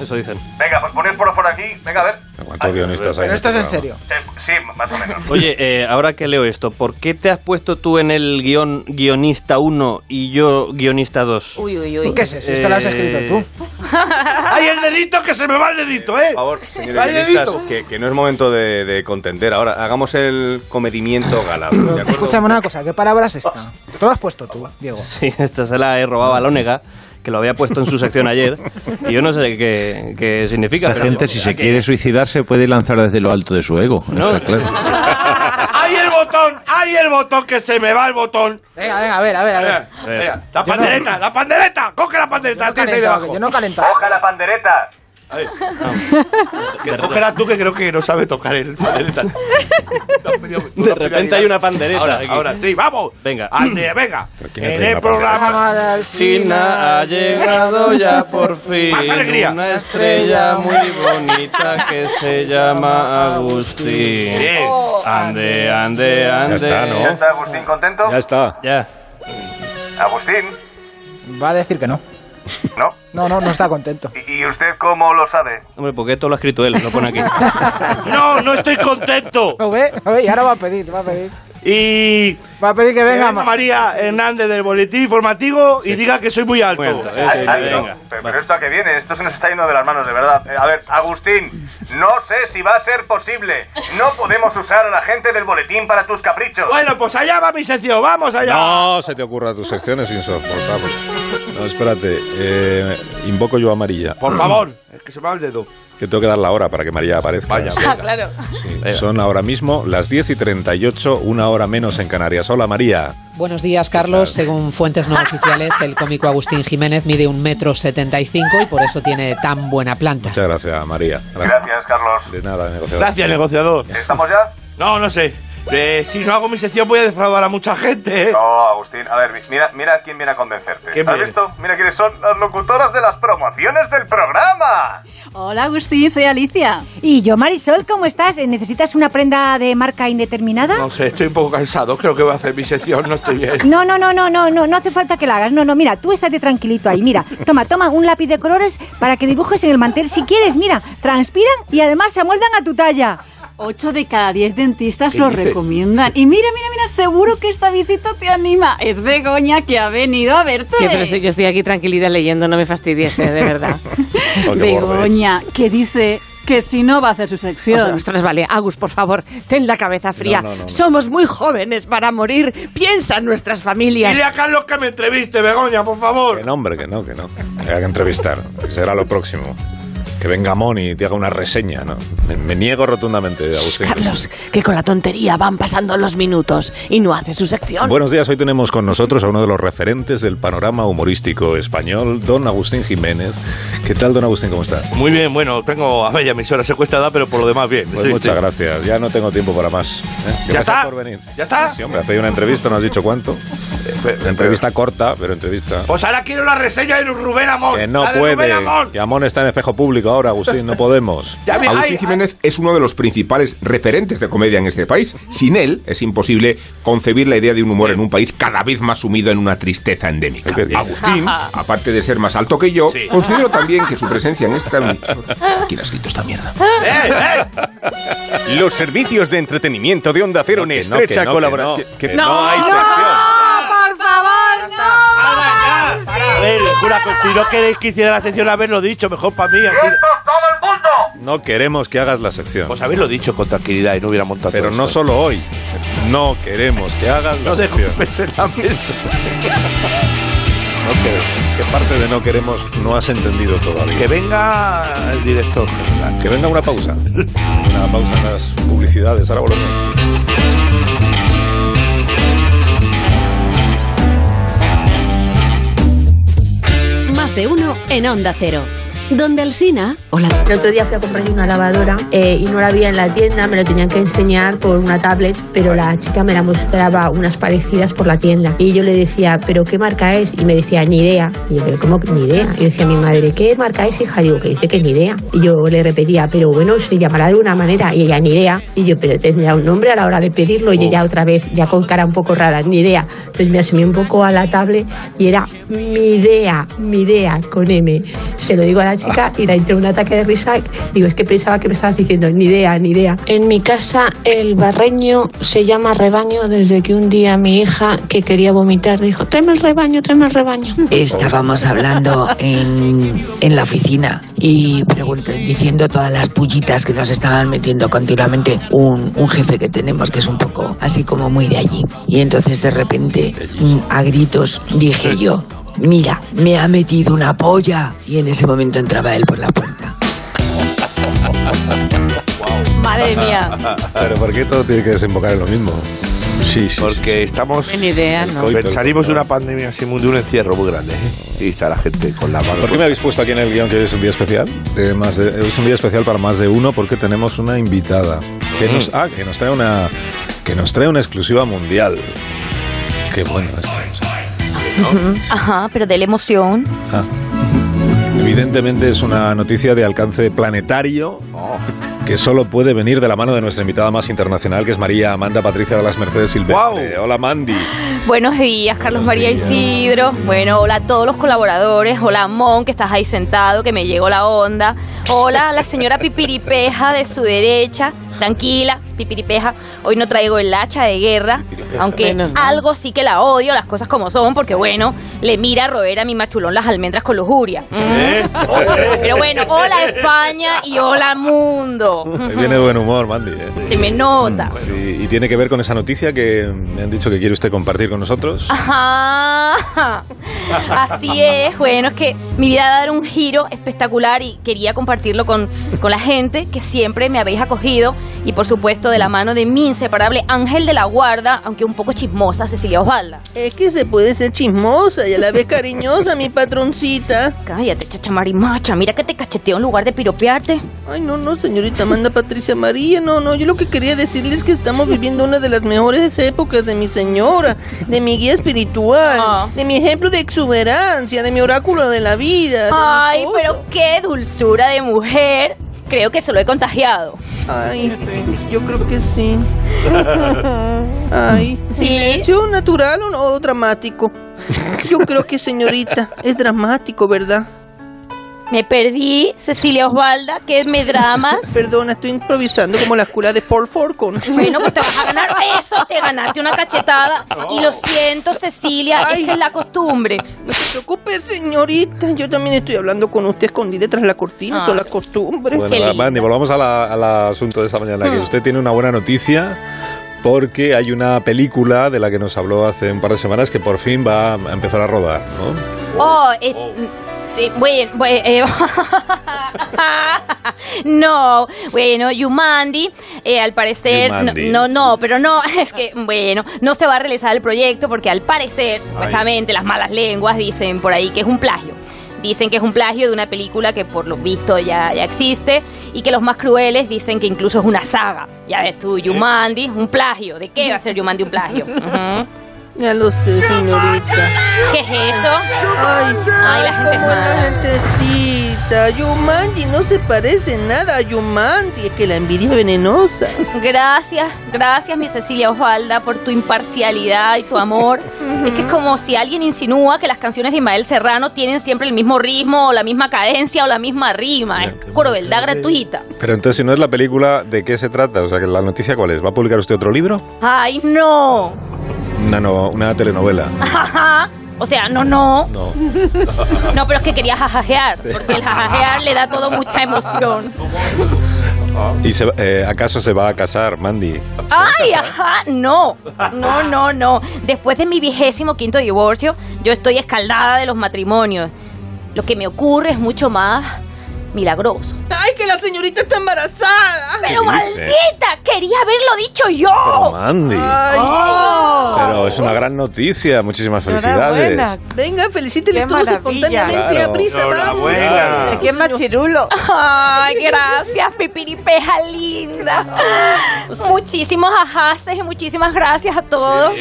Speaker 12: eso dicen. Ah,
Speaker 11: Venga, pues ponéis por aquí. Venga, a ver.
Speaker 1: ¿Cuántos guionistas hay?
Speaker 4: Pero esto es
Speaker 1: este
Speaker 4: en
Speaker 1: programa?
Speaker 4: serio.
Speaker 11: Eh, sí, más o menos.
Speaker 12: Oye, eh, ahora que leo esto, ¿por qué te has puesto tú en el guión guionista 1 y yo guionista Eh, 2?
Speaker 3: Uy, uy, uy.
Speaker 4: ¿Qué es eso? Esto lo has escrito tú.
Speaker 10: Ay, el dedito, que se me va el dedito, eh.
Speaker 12: Por favor, señores
Speaker 10: Ay,
Speaker 12: guionistas,
Speaker 10: dedito.
Speaker 12: que, que no es momento de, de contender. Ahora, hagamos el comedimiento galado, ¿de acuerdo?
Speaker 4: Escúchame una cosa, ¿qué palabra es esta? Esto lo has puesto tú, Diego.
Speaker 12: Sí, esta se la he robado a Lónega, que lo había puesto en su sección ayer, y yo no sé qué, qué significa.
Speaker 13: La
Speaker 12: pero-
Speaker 13: gente, si se quiere suicidar, se puede lanzar desde lo alto de su ego. Está claro.
Speaker 10: Ay, el botón, ay, el botón, que se me va el botón.
Speaker 4: Venga, venga, a ver, a ver, a ver.
Speaker 10: Venga, la pandereta, la pandereta, coge la pandereta, la
Speaker 4: No
Speaker 10: tienes ahí
Speaker 4: calentaba, que
Speaker 10: debajo.
Speaker 4: yo no calentaba.
Speaker 11: ¡Coja la pandereta!
Speaker 10: Que Cógela tú, que creo que no sabe tocar el pandereta.
Speaker 12: De repente hay una pandereta.
Speaker 10: Ahora,
Speaker 12: aquí.
Speaker 10: ahora sí, vamos.
Speaker 12: Venga.
Speaker 10: Al de- venga.
Speaker 1: quién
Speaker 10: En
Speaker 1: trae
Speaker 10: el
Speaker 1: una
Speaker 10: programa.
Speaker 4: Amada al
Speaker 12: China ha llegado ya por fin
Speaker 10: Más alegría.
Speaker 12: una estrella muy bonita que se llama Agustín.
Speaker 10: Bien.
Speaker 12: Oh. Ande, ande, ande.
Speaker 1: está, ¿no?
Speaker 12: Ya
Speaker 11: ¿Ya está Agustín contento?
Speaker 1: Ya está.
Speaker 12: Ya.
Speaker 11: Agustín,
Speaker 4: Va a decir que no.
Speaker 11: ¿no?
Speaker 4: No, no, no está contento.
Speaker 11: ¿Y y usted cómo lo sabe?
Speaker 12: Hombre, porque esto lo ha escrito él, lo pone aquí.
Speaker 10: No, no estoy contento.
Speaker 4: Lo ve, lo ve, y ahora va a pedir, va a pedir.
Speaker 10: Y
Speaker 4: Va a pedir que
Speaker 10: que
Speaker 4: venga,
Speaker 10: venga
Speaker 4: ma-
Speaker 10: María Hernández del Boletín Informativo y diga que soy muy alto.
Speaker 12: Bueno, eh,
Speaker 11: Ay,
Speaker 12: sí,
Speaker 11: ay, no.
Speaker 12: venga.
Speaker 11: Pero, pero esto a qué viene, esto se nos está yendo de las manos, de verdad. Eh, A ver, Agustín, no sé si va a ser posible. No podemos usar a la gente del boletín para tus caprichos.
Speaker 10: Bueno, pues allá va mi sección, vamos allá.
Speaker 1: No se te ocurra tus secciones insoportables. No, espérate. eh, invoco yo a María.
Speaker 10: Por favor, es que se me va el dedo.
Speaker 1: Que tengo que dar la hora para que María aparezca.
Speaker 2: Vaya,
Speaker 3: Ah, claro.
Speaker 1: Sí, Son ahora mismo las 10 y 38, una hora menos en Canarias. Hola María.
Speaker 14: Buenos días, Carlos. Según fuentes no oficiales, el cómico Agustín Jiménez mide un metro setenta y cinco y por eso tiene tan buena planta.
Speaker 1: Muchas gracias, María.
Speaker 11: Gracias, Carlos.
Speaker 1: De nada, negociador.
Speaker 10: Gracias, negociador.
Speaker 11: ¿Estamos ya?
Speaker 10: No, no sé. Eh, si no hago mi sección voy a defraudar a mucha gente. ¿eh?
Speaker 11: No, Agustín, a ver, mira, mira quién viene a convencerte.
Speaker 10: ¿Quién
Speaker 11: ¿Has
Speaker 10: viene?
Speaker 11: visto? Mira quiénes son las locutoras de las promociones del programa.
Speaker 15: Hola Agustín, soy Alicia.
Speaker 16: Y yo, Marisol, ¿cómo estás? ¿Eh, ¿Necesitas una prenda de marca indeterminada?
Speaker 10: No sé, estoy un poco cansado. Creo que voy a hacer mi sección, no estoy bien.
Speaker 16: No, no, no, no, no, no, no hace falta que la hagas. No, no, mira, tú estate tranquilito ahí. Mira, toma, toma un lápiz de colores para que dibujes en el mantel si quieres. Mira, transpiran y además se amoldan a tu talla.
Speaker 15: 8 de cada 10 dentistas
Speaker 10: ¿Qué
Speaker 15: lo
Speaker 10: dices?
Speaker 15: recomiendan. Y mira, mira, mira, seguro que esta visita te anima. Es Begoña que ha venido a verte.
Speaker 17: Que, pero sí, yo estoy aquí tranquilita leyendo, no me fastidies, eh, de verdad.
Speaker 1: Oh, qué borde.
Speaker 15: Begoña que dice que si no va a hacer su sección.
Speaker 17: eh. Ostras, vale, Agus, por favor, ten la cabeza fría.
Speaker 1: No, no, no, no.
Speaker 17: Somos muy jóvenes para morir. Piensa en nuestras
Speaker 10: Dile
Speaker 17: familias.
Speaker 10: a Carlos que me entreviste, Begoña, por favor.
Speaker 1: Que no, hombre, que no, que no. Que Hay que entrevistar. que Será lo próximo. que venga Moni y te haga una reseña, ¿no? Me, me niego rotundamente, Agustín.
Speaker 18: Carlos, que con la tontería van pasando los minutos y no hace su sección.
Speaker 1: Buenos días, hoy tenemos con nosotros a uno de los referentes del panorama humorístico español, don Agustín Jiménez. ¿Qué tal, don Agustín? ¿Cómo está?
Speaker 10: Muy bien, bueno, tengo a media emisora secuestrada, pero por lo demás bien.
Speaker 1: Pues
Speaker 10: Sí,
Speaker 1: muchas
Speaker 10: sí.
Speaker 1: gracias, ya no tengo tiempo para más. ¿eh?
Speaker 10: ¿Ya
Speaker 1: Gracias
Speaker 10: está?
Speaker 1: por venir.
Speaker 10: ¿Ya está?
Speaker 1: Sí, hombre, has pedido una entrevista, no has dicho cuánto.
Speaker 10: Eh,
Speaker 1: entrevista corta, pero entrevista.
Speaker 10: Pues ahora quiero la reseña de Rubén Amón.
Speaker 1: Que no
Speaker 10: la de Rubén
Speaker 1: puede.
Speaker 10: Amón.
Speaker 1: Que Amón está en espejo público ahora, Agustín, no podemos.
Speaker 10: Ya me-
Speaker 19: Agustín
Speaker 10: ay,
Speaker 19: Jiménez es uno de los principales referentes de comedia en este país. Sin él es imposible concebir la idea de un humor en un país cada vez más sumido en una tristeza endémica. Agustín, aparte de ser más alto que yo, considero también que su presencia en esta emisora- ¿Quién ha escrito esta mierda?
Speaker 10: Eh,
Speaker 11: Los servicios de entretenimiento de Onda Cero en
Speaker 1: que no,
Speaker 11: estrecha
Speaker 1: que no, que
Speaker 11: colaboración.
Speaker 1: no,
Speaker 11: que-
Speaker 1: que no hay
Speaker 15: ¡Ah, por favor, no.
Speaker 10: A ver, una cosa, pues si no queréis que hiciera la sección, haberlo dicho, mejor para mí. Así...
Speaker 11: todo el mundo!
Speaker 1: No queremos que hagas la sección. Pues
Speaker 10: haberlo dicho con tranquilidad y no hubiera montado.
Speaker 1: Pero no solo hoy. No queremos que hagas la
Speaker 10: No dejo
Speaker 1: sección.
Speaker 10: en la mesa.
Speaker 1: No queremos. ¿Qué parte de no queremos no has entendido todavía?
Speaker 10: Que venga el director.
Speaker 1: Que venga una pausa. Una pausa en las publicidades. Ahora volvemos.
Speaker 6: Más de uno en Onda Cero. Donde Alsina. Hola.
Speaker 20: El otro día fui a comprar yo una lavadora eh, y no la había en la tienda, me lo tenían que enseñar por una tablet, pero la chica me la mostraba unas parecidas por la tienda. Y yo le decía, ¿pero qué marca es? Y me decía, ni idea. Y yo, ¿pero cómo que ni idea? Y decía mi madre, ¿qué marca es, hija? Digo, que dice que ni idea. Y yo le repetía, pero bueno, se llamará de una manera. Y ella, ni idea. Y yo, pero tendrá un nombre a la hora de pedirlo. Y ella otra vez, ya con cara un poco rara, ni idea. Entonces me asumí un poco a la tablet y era mi idea, mi idea con M. Se lo digo a la chica y la entró un ataque de risa. Digo, es que pensaba que me estabas diciendo ni idea, ni idea.
Speaker 21: En mi casa el barreño se llama rebaño desde que un día mi hija que quería vomitar dijo, tráeme el rebaño, tráeme el rebaño.
Speaker 18: Estábamos hablando en, en la oficina y pregunto- diciendo todas las pullitas que nos estaban metiendo continuamente un, un jefe que tenemos que es un poco así como muy de allí. Y entonces de repente mm, a gritos dije yo, mira, me ha metido una polla. Y en ese momento entraba él por la puerta.
Speaker 17: Madre mía.
Speaker 1: Pero ¿por qué todo tiene que desembocar en lo mismo? Sí, sí.
Speaker 10: Porque estamos.
Speaker 17: Buena idea, ¿no?
Speaker 10: Salimos de una pandemia así, de un encierro muy grande. ¿eh? Y está la gente con la mano.
Speaker 1: ¿Por qué me habéis puesto aquí en el guión que hoy es un día especial? De más de- hoy es un día especial para más de uno porque tenemos una invitada que nos, ah, que nos trae una que nos trae una exclusiva mundial. Qué bueno esto.
Speaker 3: Ajá, pero de la emoción.
Speaker 1: Ah. Evidentemente es una noticia de alcance planetario que solo puede venir de la mano de nuestra invitada más internacional, que es María Amanda Patricia de las Mercedes Silvestre. Hola, Mandy.
Speaker 3: Buenos días, Carlos María Isidro. Bueno, hola a todos los colaboradores. Hola, Mon, que estás ahí sentado, que me llegó la onda. Hola a la señora Pipiripeja de su derecha. Tranquila, Pipiripeja. Hoy no traigo el hacha de guerra, aunque
Speaker 17: Menos mal.
Speaker 3: algo sí que la odio, las cosas como son, porque bueno, le mira a roer a mi machulón las almendras con lujuria. Pero bueno, hola España y hola mundo.
Speaker 1: Ahí viene de buen humor, Mandy. ¿eh?
Speaker 3: Se me nota.
Speaker 1: Sí, y tiene que ver con esa noticia que me han dicho que quiere usted compartir con nosotros.
Speaker 3: Ajá. Así es. Bueno, es que mi vida ha dado un giro espectacular y quería compartirlo con, con la gente que siempre me habéis acogido y por supuesto de la mano de mi inseparable ángel de la guarda, aunque un poco chismosa, Cecilia Osvalda.
Speaker 22: Es que se puede ser chismosa y a la vez cariñosa, mi patroncita.
Speaker 3: Cállate, chacha marimacha. Mira que te cacheteo en lugar de piropearte.
Speaker 22: Ay, no, no, señorita Amanda Patricia María, no, no, yo lo que quería decirles es que estamos viviendo una de las mejores épocas de mi señora, de mi guía espiritual,
Speaker 3: Ah.
Speaker 22: de mi ejemplo de exuberancia, de mi oráculo de la vida. de mi
Speaker 3: Ay,
Speaker 22: cosa.
Speaker 3: pero qué dulzura de mujer. Creo que se lo he contagiado.
Speaker 22: Ay, yo creo que sí. Ay, ¿silencio natural o, no- o dramático? Yo creo que, señorita, es dramático, ¿verdad?
Speaker 3: Me perdí, Cecilia Osvalda, ¿qué me dramas?
Speaker 22: Perdona, estoy improvisando como la escuela de Paul Forcon.
Speaker 3: Bueno, pues te vas a ganar eso, te ganaste una cachetada y lo siento, Cecilia, es que es la costumbre.
Speaker 22: No se preocupe, señorita. Yo también estoy hablando con usted escondida tras la cortina.
Speaker 3: Ah.
Speaker 22: Son las costumbres.
Speaker 1: Bueno, Mandy, volvamos a la- al asunto de esta mañana, que
Speaker 22: Hmm.
Speaker 1: usted tiene una buena noticia porque hay una película de la que nos habló hace un par de semanas que por fin va a empezar a rodar, ¿no?
Speaker 3: Oh, eh, Sí, bueno, bueno, eh, no, bueno, Yumandi, eh, al parecer, no,
Speaker 7: Yumandi.
Speaker 3: no, no, pero no, es que, bueno, no se va a realizar el proyecto porque al parecer, supuestamente, las malas lenguas dicen por ahí que es un plagio. Dicen que es un plagio de una película que por lo visto ya, ya existe y que los más crueles dicen que incluso es una saga. Ya ves tú, Yumandi, un plagio. ¿De qué va a ser Yumandi un plagio? Ujú.
Speaker 22: Ya lo sé, señorita.
Speaker 3: ¿Qué es eso?
Speaker 22: Ay, ay,
Speaker 3: la gente es
Speaker 22: como la gentecita. Yumanji no se parece nada a Yumanji. Es que la envidia es venenosa.
Speaker 3: Gracias, gracias mi Cecilia Osvalda por tu imparcialidad y tu amor. Es que es como si alguien insinúa que las canciones de Ismael Serrano tienen siempre el mismo ritmo o la misma cadencia o la misma rima. Es crueldad gratuita.
Speaker 1: Pero entonces, si no es la película, ¿de qué se trata? O sea, que la noticia cuál es? ¿Va a publicar usted otro libro?
Speaker 3: Ay, no.
Speaker 1: Una, no- una telenovela.
Speaker 3: Ajá. O sea, no, no.
Speaker 1: No.
Speaker 3: No, pero es que quería jajajear, porque el jajajear le da todo mucha emoción.
Speaker 1: ¿Y se va- eh, acaso se va a casar, Mandy?
Speaker 3: ¡Ay, ajá! No, no, no, no. Después de mi vigésimo quinto divorcio, yo estoy escaldada de los matrimonios. Lo que me ocurre es mucho más milagroso.
Speaker 22: ¡Ay, que la señorita está embarazada!
Speaker 3: ¡Pero maldita! ¡Quería haberlo dicho yo!
Speaker 1: Pero Mandy.
Speaker 22: Ay.
Speaker 3: Oh.
Speaker 1: Pero es una gran noticia. Muchísimas felicidades.
Speaker 22: Venga, felicítele todos espontáneamente
Speaker 1: Claro.
Speaker 22: a prisa, vamos.
Speaker 1: Enhorabuena.
Speaker 22: ¡Qué machirulo!
Speaker 3: Ay, gracias, pipiripeja linda. Muchísimos ajaces y muchísimas gracias a todos.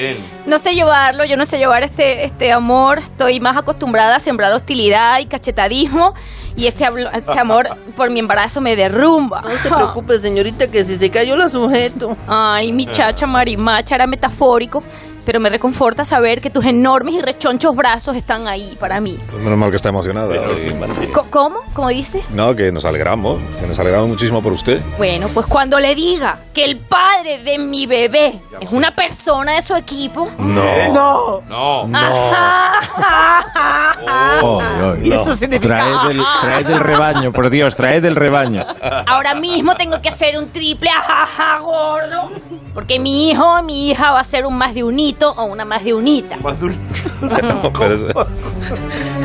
Speaker 3: No sé llevarlo, yo no sé llevar este, este amor. Estoy más acostumbrada a sembrar hostilidad y cachetadismo. Y este, hablo- este amor por mi embarazo me derrumba.
Speaker 22: No se preocupe, señorita, que si se cayó la sujeto.
Speaker 3: Ay, mi chacha marimacha era metafórico. Pero me reconforta saber que tus enormes y rechonchos brazos están ahí para mí.
Speaker 1: Pues Menos mal que está emocionada. hoy, Mandy.
Speaker 3: Co- ¿Cómo? ¿Cómo dices?
Speaker 1: No, que nos alegramos. Que nos alegramos muchísimo por usted.
Speaker 3: Bueno, pues cuando le diga que el padre de mi bebé es una persona de su equipo.
Speaker 1: No.
Speaker 3: No.
Speaker 1: No.
Speaker 3: Ajá. Oh.
Speaker 13: Oy, oy,
Speaker 3: Y
Speaker 13: no.
Speaker 3: eso significa- "Ah,
Speaker 13: Traed el, traed el rebaño, por Dios, traed el rebaño.
Speaker 3: Ahora mismo tengo que hacer un triple ajaja gordo. Porque mi hijo o mi hija va a ser un más de unito o una más de unita.
Speaker 1: pero, es,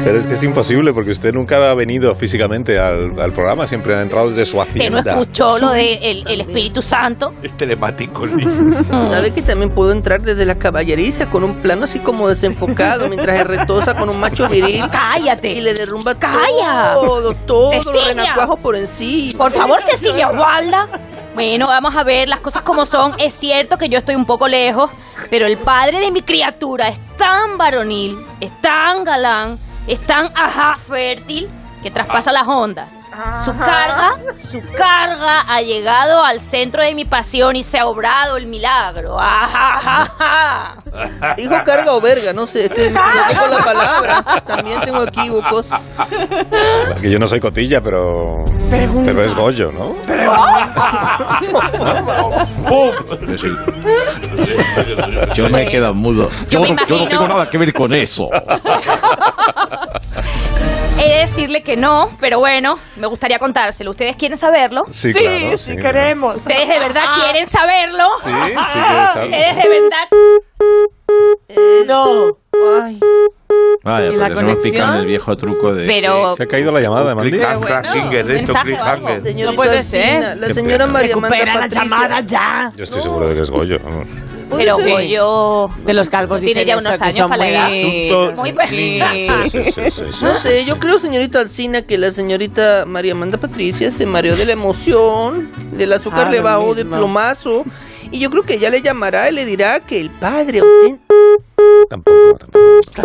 Speaker 1: pero es que es imposible porque usted nunca ha venido físicamente al, al programa. Siempre ha entrado desde su
Speaker 3: Que no
Speaker 1: hacienda.
Speaker 3: escuchó lo de Este el, el Espíritu Santo.
Speaker 1: Es telepático.
Speaker 22: ¿Sabe que también puedo entrar desde la caballeriza con un plano así como desenfocado mientras es retosa con un macho viril?
Speaker 3: ¡Cállate!
Speaker 22: Y le derrumba
Speaker 3: ¡Calla!
Speaker 22: todo, todo,
Speaker 3: ¡Cecilia!
Speaker 22: el renacuajo por encima.
Speaker 3: Por favor, Cecilia Walda. Bueno, vamos a ver las cosas como son. Es cierto que yo estoy un poco lejos, pero el padre de mi criatura es tan varonil, es tan galán, es tan ajá fértil que traspasa las ondas. Su carga, su carga ha llegado al centro de mi pasión y se ha obrado el milagro. Ajá, ajá, ajá.
Speaker 22: Dijo carga o verga, no sé, es que no tengo la palabra. También tengo equívocos.
Speaker 1: Que yo no soy cotilla, pero. Pero es Goyo, ¿no?
Speaker 13: Yo, sí. Yo me he quedado mudo.
Speaker 3: Yo
Speaker 13: Yo, no, yo no
Speaker 3: me imagino-
Speaker 13: tengo nada que ver con eso.
Speaker 3: He de decirle que no, pero bueno, me gustaría contárselo. ¿Ustedes quieren saberlo?
Speaker 1: Sí, Sí, claro, sí, sí, claro. queremos.
Speaker 3: ¿Ustedes de verdad quieren saberlo?
Speaker 1: Sí, sí que saben.
Speaker 3: ¿Ustedes de verdad?
Speaker 22: No. Ay.
Speaker 13: Vaya,
Speaker 22: ¿Y la
Speaker 13: pero nos
Speaker 22: conexión?
Speaker 13: pican el viejo truco de.
Speaker 22: Pero-
Speaker 1: Se ha caído la llamada de Mandy.
Speaker 13: Pero bueno,
Speaker 1: Cliffhanger, de hecho,
Speaker 13: mensaje o algo.
Speaker 1: cliffhanger.
Speaker 22: Señorita
Speaker 17: No puede ser.
Speaker 22: Alsina, La
Speaker 1: Qué
Speaker 22: señora
Speaker 1: pena.
Speaker 22: María Amanda
Speaker 17: Recupera la
Speaker 22: Patricia.
Speaker 17: llamada ya.
Speaker 1: Yo estoy seguro de que es Goyo.
Speaker 17: Pero
Speaker 3: Sí.
Speaker 17: Goyo- De los calvos
Speaker 3: Tiene
Speaker 17: dicen
Speaker 3: ya
Speaker 17: eso,
Speaker 3: unos
Speaker 17: que
Speaker 3: años
Speaker 17: son
Speaker 3: para la edad.
Speaker 17: muy-
Speaker 3: Asunto Muy
Speaker 22: No sé, yo creo, señorita Alcina, que la señorita María Amanda Patricia se mareó de la emoción, del azúcar
Speaker 17: Ah,
Speaker 22: le
Speaker 17: lo
Speaker 22: bajó de
Speaker 17: mismo.
Speaker 22: plomazo, y yo creo que ella le llamará y le dirá que el padre... auténtico-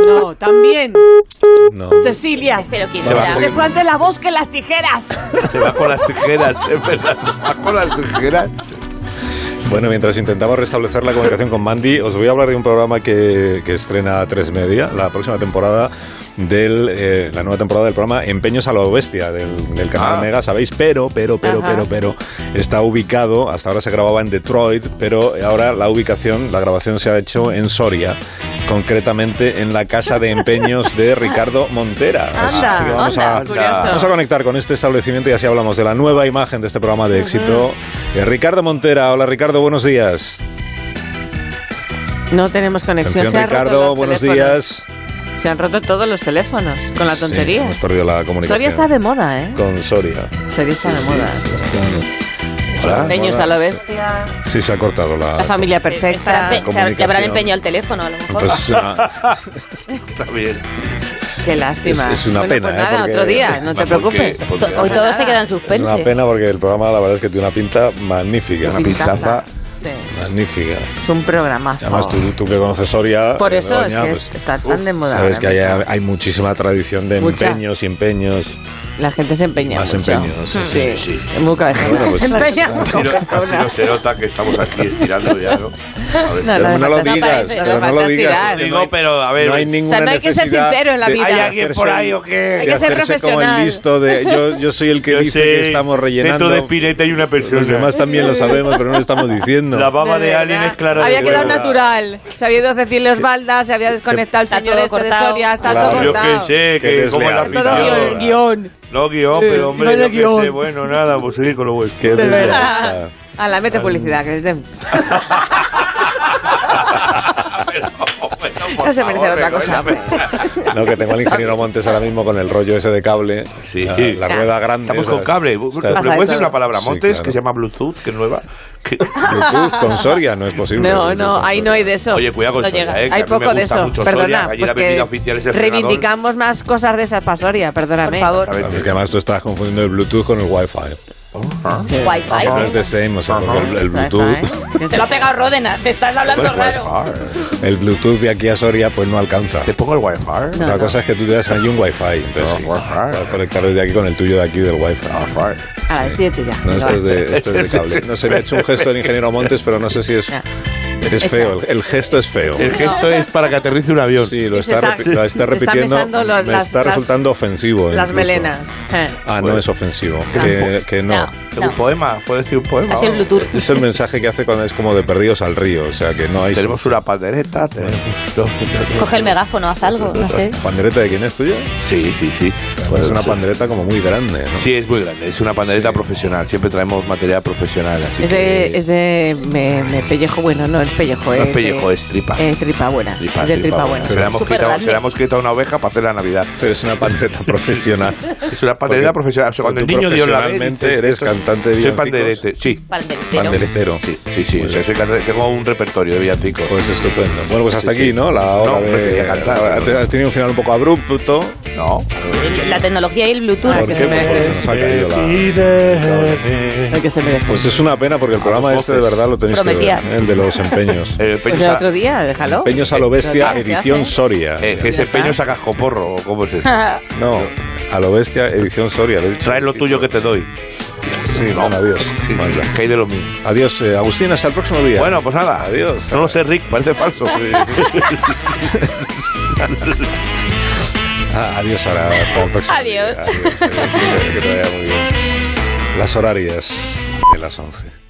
Speaker 17: No, también.
Speaker 1: No.
Speaker 17: Cecilia. Pero
Speaker 1: Se va será? a
Speaker 17: Se fue antes la voz que las tijeras.
Speaker 1: Se va con las tijeras, es verdad. Se va con las tijeras. Bueno, mientras intentamos restablecer la comunicación con Mandy, os voy a hablar de un programa que, que estrena a tres media, la próxima temporada del eh, la nueva temporada del programa Empeños a la Bestia del, del canal Mega, sabéis, pero, pero, pero,
Speaker 9: Ajá.
Speaker 1: pero, pero está ubicado, hasta ahora se grababa en Detroit, pero ahora la ubicación, la grabación se ha hecho en Soria, concretamente en la casa de empeños de Ricardo Montera. Así
Speaker 9: Anda,
Speaker 1: que vamos,
Speaker 9: anda,
Speaker 1: a,
Speaker 9: curioso.
Speaker 1: vamos a conectar con este establecimiento y así hablamos de la nueva imagen de este programa de éxito. Eh, Ricardo Montera, hola Ricardo, buenos días.
Speaker 17: No tenemos conexión.
Speaker 1: Atención,
Speaker 17: se ha roto
Speaker 1: Ricardo,
Speaker 17: los
Speaker 1: buenos
Speaker 17: teléfonos.
Speaker 1: días.
Speaker 17: Se han roto todos los teléfonos con la
Speaker 1: Sí,
Speaker 17: tontería.
Speaker 1: hemos perdido la comunicación.
Speaker 17: Soria está de moda, ¿eh?
Speaker 1: Con Soria.
Speaker 17: Soria está de moda.
Speaker 1: Hola.
Speaker 17: Leños a lo bestia.
Speaker 1: Sí, se ha cortado la...
Speaker 17: La familia
Speaker 3: Estará-
Speaker 17: perfecta.
Speaker 3: se- Te habrán empeñado el teléfono, a lo mejor.
Speaker 1: Pues, ah,
Speaker 2: Está bien.
Speaker 17: Qué lástima.
Speaker 1: Es- es una
Speaker 17: Bueno,
Speaker 1: pena,
Speaker 17: pues
Speaker 1: ¿eh?
Speaker 17: nada,
Speaker 1: Porque-
Speaker 17: otro día, no te
Speaker 1: Porque-
Speaker 17: preocupes.
Speaker 1: porque-
Speaker 17: No
Speaker 3: Hoy
Speaker 17: pasa
Speaker 3: todo se
Speaker 17: nada.
Speaker 3: queda en
Speaker 1: Es
Speaker 3: suspenso.
Speaker 1: una pena porque el programa la verdad es que tiene una pinta magnífica.
Speaker 17: Pues Una pintaza. Sí.
Speaker 1: Magnífica.
Speaker 17: Es un programazo.
Speaker 1: Además, tú, tú que conoces Soria...
Speaker 17: Oh. Por eso es
Speaker 1: Begoña,
Speaker 17: que
Speaker 1: pues,
Speaker 17: está tan de moda.
Speaker 1: Sabes que
Speaker 17: ahora
Speaker 1: hay,
Speaker 17: mismo.
Speaker 1: hay muchísima tradición de
Speaker 17: Mucha.
Speaker 1: empeños y empeños.
Speaker 17: La gente se empeña
Speaker 1: Más
Speaker 17: mucho.
Speaker 1: empeños, sí, sí, sí.
Speaker 17: Es muy cabezona.
Speaker 1: Bueno, pues-
Speaker 17: se empeña
Speaker 2: Así
Speaker 17: mucho.
Speaker 2: no- así no se nota que estamos aquí estirando ya, ¿no? A ver,
Speaker 17: No,
Speaker 1: Pero
Speaker 17: no
Speaker 1: no,
Speaker 17: hace
Speaker 1: lo
Speaker 17: falta tirar,
Speaker 1: digas, pero
Speaker 17: no
Speaker 1: no
Speaker 17: hace
Speaker 1: lo
Speaker 17: falta
Speaker 1: digas.
Speaker 17: tirar. Digo,
Speaker 1: pero a ver, no hay ninguna
Speaker 17: no hay que ser
Speaker 1: necesidad
Speaker 17: sincero en la
Speaker 1: de-
Speaker 17: vida.
Speaker 1: de
Speaker 17: Hay alguien
Speaker 1: hacerse
Speaker 17: por
Speaker 1: el-
Speaker 17: ahí o qué. Hay que
Speaker 1: de
Speaker 17: ser
Speaker 1: hacerse como
Speaker 17: profesional.
Speaker 1: el listo de yo, yo soy el que
Speaker 10: Yo
Speaker 1: dice
Speaker 10: sé,
Speaker 1: que estamos rellenando.
Speaker 10: Dentro de Spinetta hay una persona.
Speaker 1: Los demás también lo sabemos, pero no lo estamos diciendo.
Speaker 10: La baba de, alien es clara
Speaker 17: Había
Speaker 10: de
Speaker 17: quedado
Speaker 10: huevo.
Speaker 17: natural. Se había ido Cecilia Osvalda, se había desconectado el señor
Speaker 3: todo
Speaker 17: este de
Speaker 3: cortado.
Speaker 17: Soria, está
Speaker 10: Claro,
Speaker 17: todo
Speaker 10: yo qué
Speaker 17: cortado.
Speaker 10: sé,
Speaker 1: Qué
Speaker 10: que como la
Speaker 1: desleal.
Speaker 10: afición.
Speaker 1: Todo
Speaker 17: El guión.
Speaker 10: No guión, pero
Speaker 17: no
Speaker 10: hombre,
Speaker 17: hay
Speaker 10: yo qué
Speaker 17: guión.
Speaker 10: sé. Bueno, nada, pues seguir con lo vuestro.
Speaker 1: Qué
Speaker 17: De verdad. A la mete publicidad, que es de... no se merece otra cosa.
Speaker 1: No, que tengo al ingeniero Montes ahora mismo con el rollo ese de cable. Sí. La, la rueda grande.
Speaker 2: Estamos con
Speaker 1: ¿sabes?
Speaker 2: cable.
Speaker 1: Está-
Speaker 2: ¿Me puedes decir una palabra,
Speaker 1: Sí,
Speaker 2: Montes,
Speaker 1: claro.
Speaker 2: que se llama Bluetooth, que es nueva? Que-
Speaker 1: Bluetooth con Soria no es posible.
Speaker 17: No, no, ahí no hay de eso.
Speaker 2: Oye, cuidado con
Speaker 17: No
Speaker 2: Soria,
Speaker 17: llega.
Speaker 2: eh, que
Speaker 17: Hay
Speaker 2: a mí me
Speaker 17: poco de
Speaker 2: gusta
Speaker 17: eso.
Speaker 2: mucho Soria,
Speaker 17: Perdona,
Speaker 2: ayer
Speaker 17: pues
Speaker 2: la bebida
Speaker 17: que
Speaker 2: oficial es el
Speaker 17: reivindicamos más cosas de esas para Soria, perdóname.
Speaker 1: A ver, Porque además tú estás confundiendo el Bluetooth con el Wi-Fi.
Speaker 17: Sí. Wi-Fi,
Speaker 1: No
Speaker 17: ¿eh?
Speaker 1: es the same, o sea, porque el, el Bluetooth.
Speaker 3: Se lo ha pegado Ródenas, te estás
Speaker 1: Pues,
Speaker 3: hablando raro.
Speaker 1: El Bluetooth de aquí a Soria pues no alcanza. ¿Te
Speaker 2: pongo el Wi-Fi?
Speaker 1: La
Speaker 3: No, no.
Speaker 1: cosa es que tú te das allí un Wi-Fi. Entonces, sí, puedes conectar desde aquí con el tuyo de aquí del Wi-Fi.
Speaker 17: Ah, despídete ya.
Speaker 1: No, esto es de, esto es de cable. No sé, me ha hecho un gesto el ingeniero Montes, pero no sé si es. Es feo, el, el gesto es feo.
Speaker 2: El gesto es
Speaker 1: para que aterrice un avión. Sí, lo
Speaker 17: Y se
Speaker 1: está,
Speaker 17: está-
Speaker 1: repi- lo está
Speaker 17: está
Speaker 1: repitiendo.
Speaker 17: besando los-
Speaker 1: me
Speaker 17: las-
Speaker 1: está
Speaker 17: las-
Speaker 1: resultando ofensivo.
Speaker 17: Las
Speaker 1: incluso.
Speaker 17: melenas. Eh.
Speaker 1: Ah,
Speaker 2: Pues
Speaker 1: no es ofensivo.
Speaker 17: Ah.
Speaker 1: Que, que no.
Speaker 17: No,
Speaker 2: no. Un poema, puedes decir un poema.
Speaker 17: Así el Bluetooth.
Speaker 1: Es el mensaje que hace cuando es como de perdidos al río. O sea, que no hay.
Speaker 2: Tenemos una pandereta. tenemos-
Speaker 3: Coge el megáfono, haz algo, no sé.
Speaker 1: ¿Pandereta de quién es tuya?
Speaker 2: Sí, sí, sí.
Speaker 1: Pues es una
Speaker 2: Sí.
Speaker 1: pandereta como muy grande. ¿no?
Speaker 2: Sí, es muy grande. Es una pandereta profesional. Siempre traemos material profesional. Así
Speaker 17: Es
Speaker 2: que-
Speaker 17: de, es de me, me pellejo bueno, no es pellejo,
Speaker 2: No
Speaker 17: es,
Speaker 2: es pellejo,
Speaker 17: eh,
Speaker 2: es tripa.
Speaker 17: eh, tripa buena.
Speaker 2: Tripa,
Speaker 17: es de
Speaker 2: tripa buena. Se, la hemos
Speaker 17: Súper
Speaker 2: quitado,
Speaker 17: grande.
Speaker 2: se la hemos quitado una oveja para hacer la Navidad.
Speaker 1: Pero es una pandereta profesional.
Speaker 2: Es una pandereta
Speaker 1: Porque-
Speaker 2: profesional. O sea, cuando el
Speaker 1: tú
Speaker 2: niño dio la vez.
Speaker 1: profesionalmente
Speaker 2: dices,
Speaker 1: eres
Speaker 2: esto-
Speaker 1: cantante de
Speaker 2: Soy
Speaker 1: villancicos.
Speaker 2: panderete, sí.
Speaker 3: Panderetero.
Speaker 2: Sí, sí, sí. o sea, soy cantante- tengo un repertorio de villancicos.
Speaker 1: Pues estupendo. Bueno, pues hasta aquí, ¿no? La hora
Speaker 2: No,
Speaker 1: de-
Speaker 2: prefería cantar,
Speaker 1: Ha-
Speaker 2: pero-
Speaker 1: Has tenido un final un poco abrupto.
Speaker 2: No.
Speaker 3: La tecnología y el Bluetooth.
Speaker 1: ¿Por qué? Pues porque se nos ha caído la- Pues es una pena porque el programa este de verdad lo tenéis
Speaker 17: Prometía.
Speaker 1: que ver, ¿eh? el de los empeños.
Speaker 17: Pues el otro día, déjalo.
Speaker 1: Empeños a lo bestia,
Speaker 17: Otro día se
Speaker 1: edición
Speaker 17: hace.
Speaker 1: Soria.
Speaker 2: Eh, que ese peño sacas coporro, ¿o ¿cómo es eso?
Speaker 1: No, a lo bestia, edición Soria. Lo he dicho.
Speaker 2: Trae lo tuyo que te doy.
Speaker 1: Sí, bueno, adiós. Vaya.
Speaker 2: Que hay de lo mío.
Speaker 1: Adiós, eh, Agustín, hasta el próximo día.
Speaker 2: Bueno, pues nada.
Speaker 1: Adiós.
Speaker 2: No lo sé, Rick, parece falso.
Speaker 1: Ah, adiós ahora, hasta el próximo día.
Speaker 3: Adiós.
Speaker 1: Adiós, adiós. Que te vaya muy bien. Las horarias de las 11.